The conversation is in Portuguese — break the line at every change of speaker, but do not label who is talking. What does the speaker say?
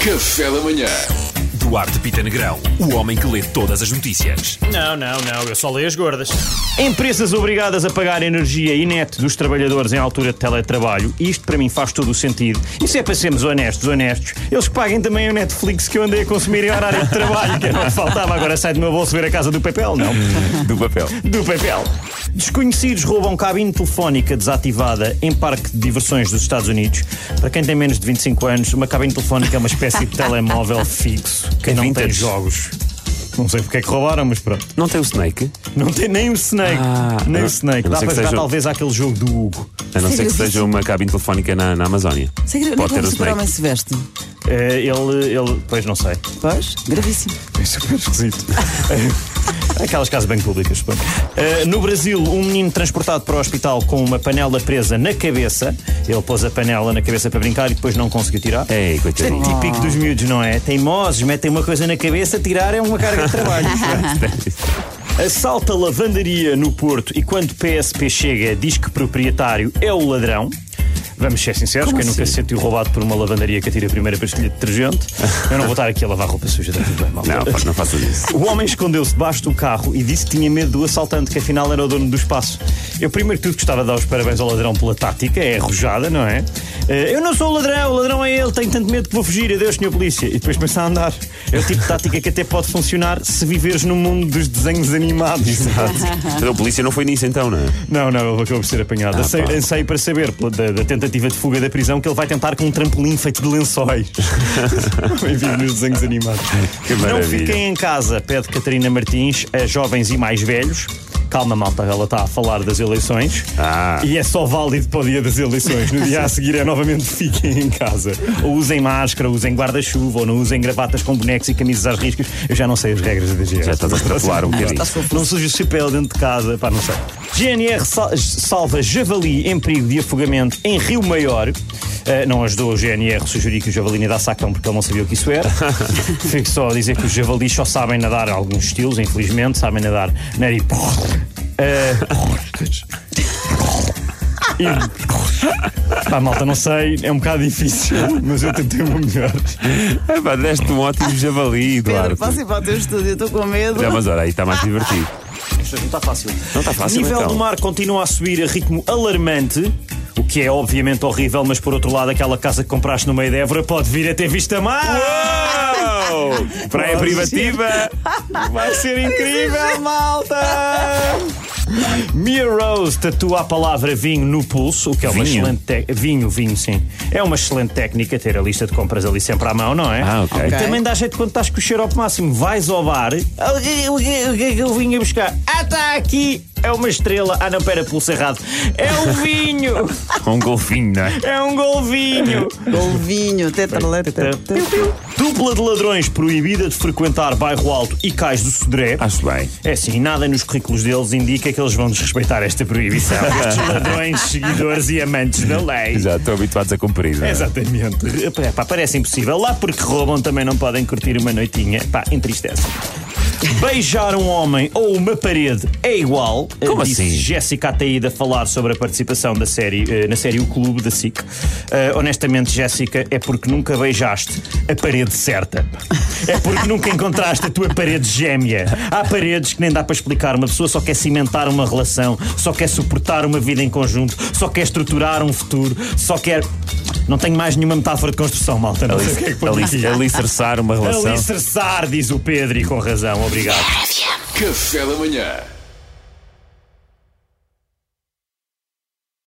Café da manhã.
Duarte Pita Negrão, o homem que lê todas as notícias.
Não, não, não, eu só leio as gordas. Empresas obrigadas a pagar energia e net dos trabalhadores em altura de teletrabalho. Isto para mim faz todo o sentido. E se é para sermos honestos, honestos, eles que paguem também o Netflix que eu andei a consumir em horário de trabalho, que era o que faltava. Agora sai do meu bolso ver a casa do papel, não?
Do papel.
Do papel. Desconhecidos roubam cabine telefónica desativada em parque de diversões dos Estados Unidos. Para quem tem menos de 25 anos, uma cabine telefónica é uma espécie de telemóvel fixo que
É
não tem
vintage.
jogos. Não sei porque é que roubaram, mas pronto.
Não tem o Snake?
Não tem nem o Snake.
Ah,
nem
eu-
o
eu
Snake.
não
Dá
sei que
para jogar
seja-
talvez àquele jogo do Hugo.
A não ser
Sério?
que seja uma cabine telefónica na, na Amazónia.
Sei que nem
Pode ter
como
o
o super-homem
Snake.
se veste.
Eh, ele, ele. Pois não sei.
Pois, gravíssimo.
É super esquisito. Aquelas casas bem públicas. pronto. Eh, no Brasil, um menino transportado para o hospital com uma panela presa na cabeça. Ele pôs a panela na cabeça para brincar e depois não conseguiu tirar.
Ei,
Isto é
coitadinho.
típico dos miúdos, não é? Teimosos, metem uma coisa na cabeça, tirar é uma carga de trabalho. Assalta lavandaria no Porto e quando PSP chega diz que proprietário é o ladrão. Vamos ser sinceros,
Como
quem nunca
assim?
se sentiu roubado por uma lavandaria que atira a primeira pastilha de detergente? Eu não vou estar aqui a lavar roupa suja, está tudo bem, malta.
Não, pá, não faças isso.
O homem escondeu-se debaixo do carro e disse que tinha medo do assaltante, que afinal era o dono do espaço. Eu, primeiro que tudo, gostava de dar os parabéns ao ladrão pela tática, é arrojada, não é? Eh, Eu não sou o ladrão, o ladrão é ele, tenho tanto medo que vou fugir, adeus, senhor polícia. E depois começa a andar. É o tipo de tática que até pode funcionar se viveres no mundo dos desenhos animados.
Mas a polícia não foi nisso então, não é?
Não, não, ele acabou por ser apanhado. Ansei-
pá.
anseio, para saber pela- da, da tentativa de fuga da prisão que ele vai tentar com um trampolim feito de lençóis. Bem-vindo nos desenhos animados.
Que
Não
maravilha.
fiquem em casa, pede Catarina Martins a jovens e mais velhos. Calma, malta, ela está a falar das eleições.
Ah.
E é só válido para o dia das eleições. No dia a seguir é novamente fiquem em casa. Ou usem máscara, ou usem guarda-chuva, ou não usem gravatas com bonecos e camisas às riscas. Eu já não sei as regras da GS.
Já estás a extrapolar um bocadinho.
Não suja o chapéu dentro de casa, pá, não sei. GNR sal- salva javali em perigo de afogamento em Rio Maior. Eh, não ajudou o GNR a sugerir que o javali nadasse sacão porque ele não sabia o que isso era. Fico só a dizer que os javalis só sabem nadar alguns estilos, infelizmente, sabem nadar na e Eh, e- Pá, malta, não sei, é um bocado difícil, mas eu tentei o meu melhor.
É, pá, deste um ótimo javali,
Pedro,
Eduardo.
posso ir para o teu estúdio, estou com medo.
Já, mas ora, aí está mais divertido.
Não está fácil.
Não está fácil
O nível
então.
do mar continua a subir a ritmo alarmante. O que é obviamente horrível, mas por outro lado, aquela casa que compraste no meio de Évora pode vir a ter vista mar!
Uou! Praia privativa!
Vai ser incrível, malta! Mia Rose tatua a palavra vinho no pulso, o que é uma
Vinho?
excelente técnica. Vinho, vinho, sim. É uma excelente técnica ter a lista de compras ali sempre à mão, não é?
Ah, ok.
E também dá jeito quando estás com o cheiro ao máximo. Vais ao bar. "Ah, O que é que- o que é- o que é que eu vim a buscar? Ah, está aqui! É uma estrela. Ah, não, pera, pulso errado. É o vinho!
Com um golfinho, não é?
É um golvinho!
Golvinho, tetraleta.
Dupla de ladrões proibida de frequentar bairro alto e cais do Sodré.
Acho bem.
É assim, nada nos currículos deles indica que eles vão desrespeitar esta proibição. Estes ladrões, seguidores e amantes da lei.
Já estou habituados a cumprir. não é?
Exatamente. Epá, epá, parece impossível. Lá porque roubam também não podem curtir uma noitinha. Pá, entristece. Beijar um homem ou uma parede é igual.
Como
disse
assim?
Jéssica Ataída a falar sobre a participação da série, eh, na série O Clube da SIC. Eh, honestamente, Jéssica, é porque nunca beijaste a parede certa. É porque nunca encontraste a tua parede gêmea. Há paredes que nem dá para explicar. Uma pessoa só quer cimentar uma relação, só quer suportar uma vida em conjunto, só quer estruturar um futuro, só quer. Não tenho mais nenhuma metáfora de construção, malta. Não sei o que é que pôr aqui.
Ali- Alicerçar uma relação.
Alicerçar, diz o Pedro, e com razão, obrigado.
Café da manhã.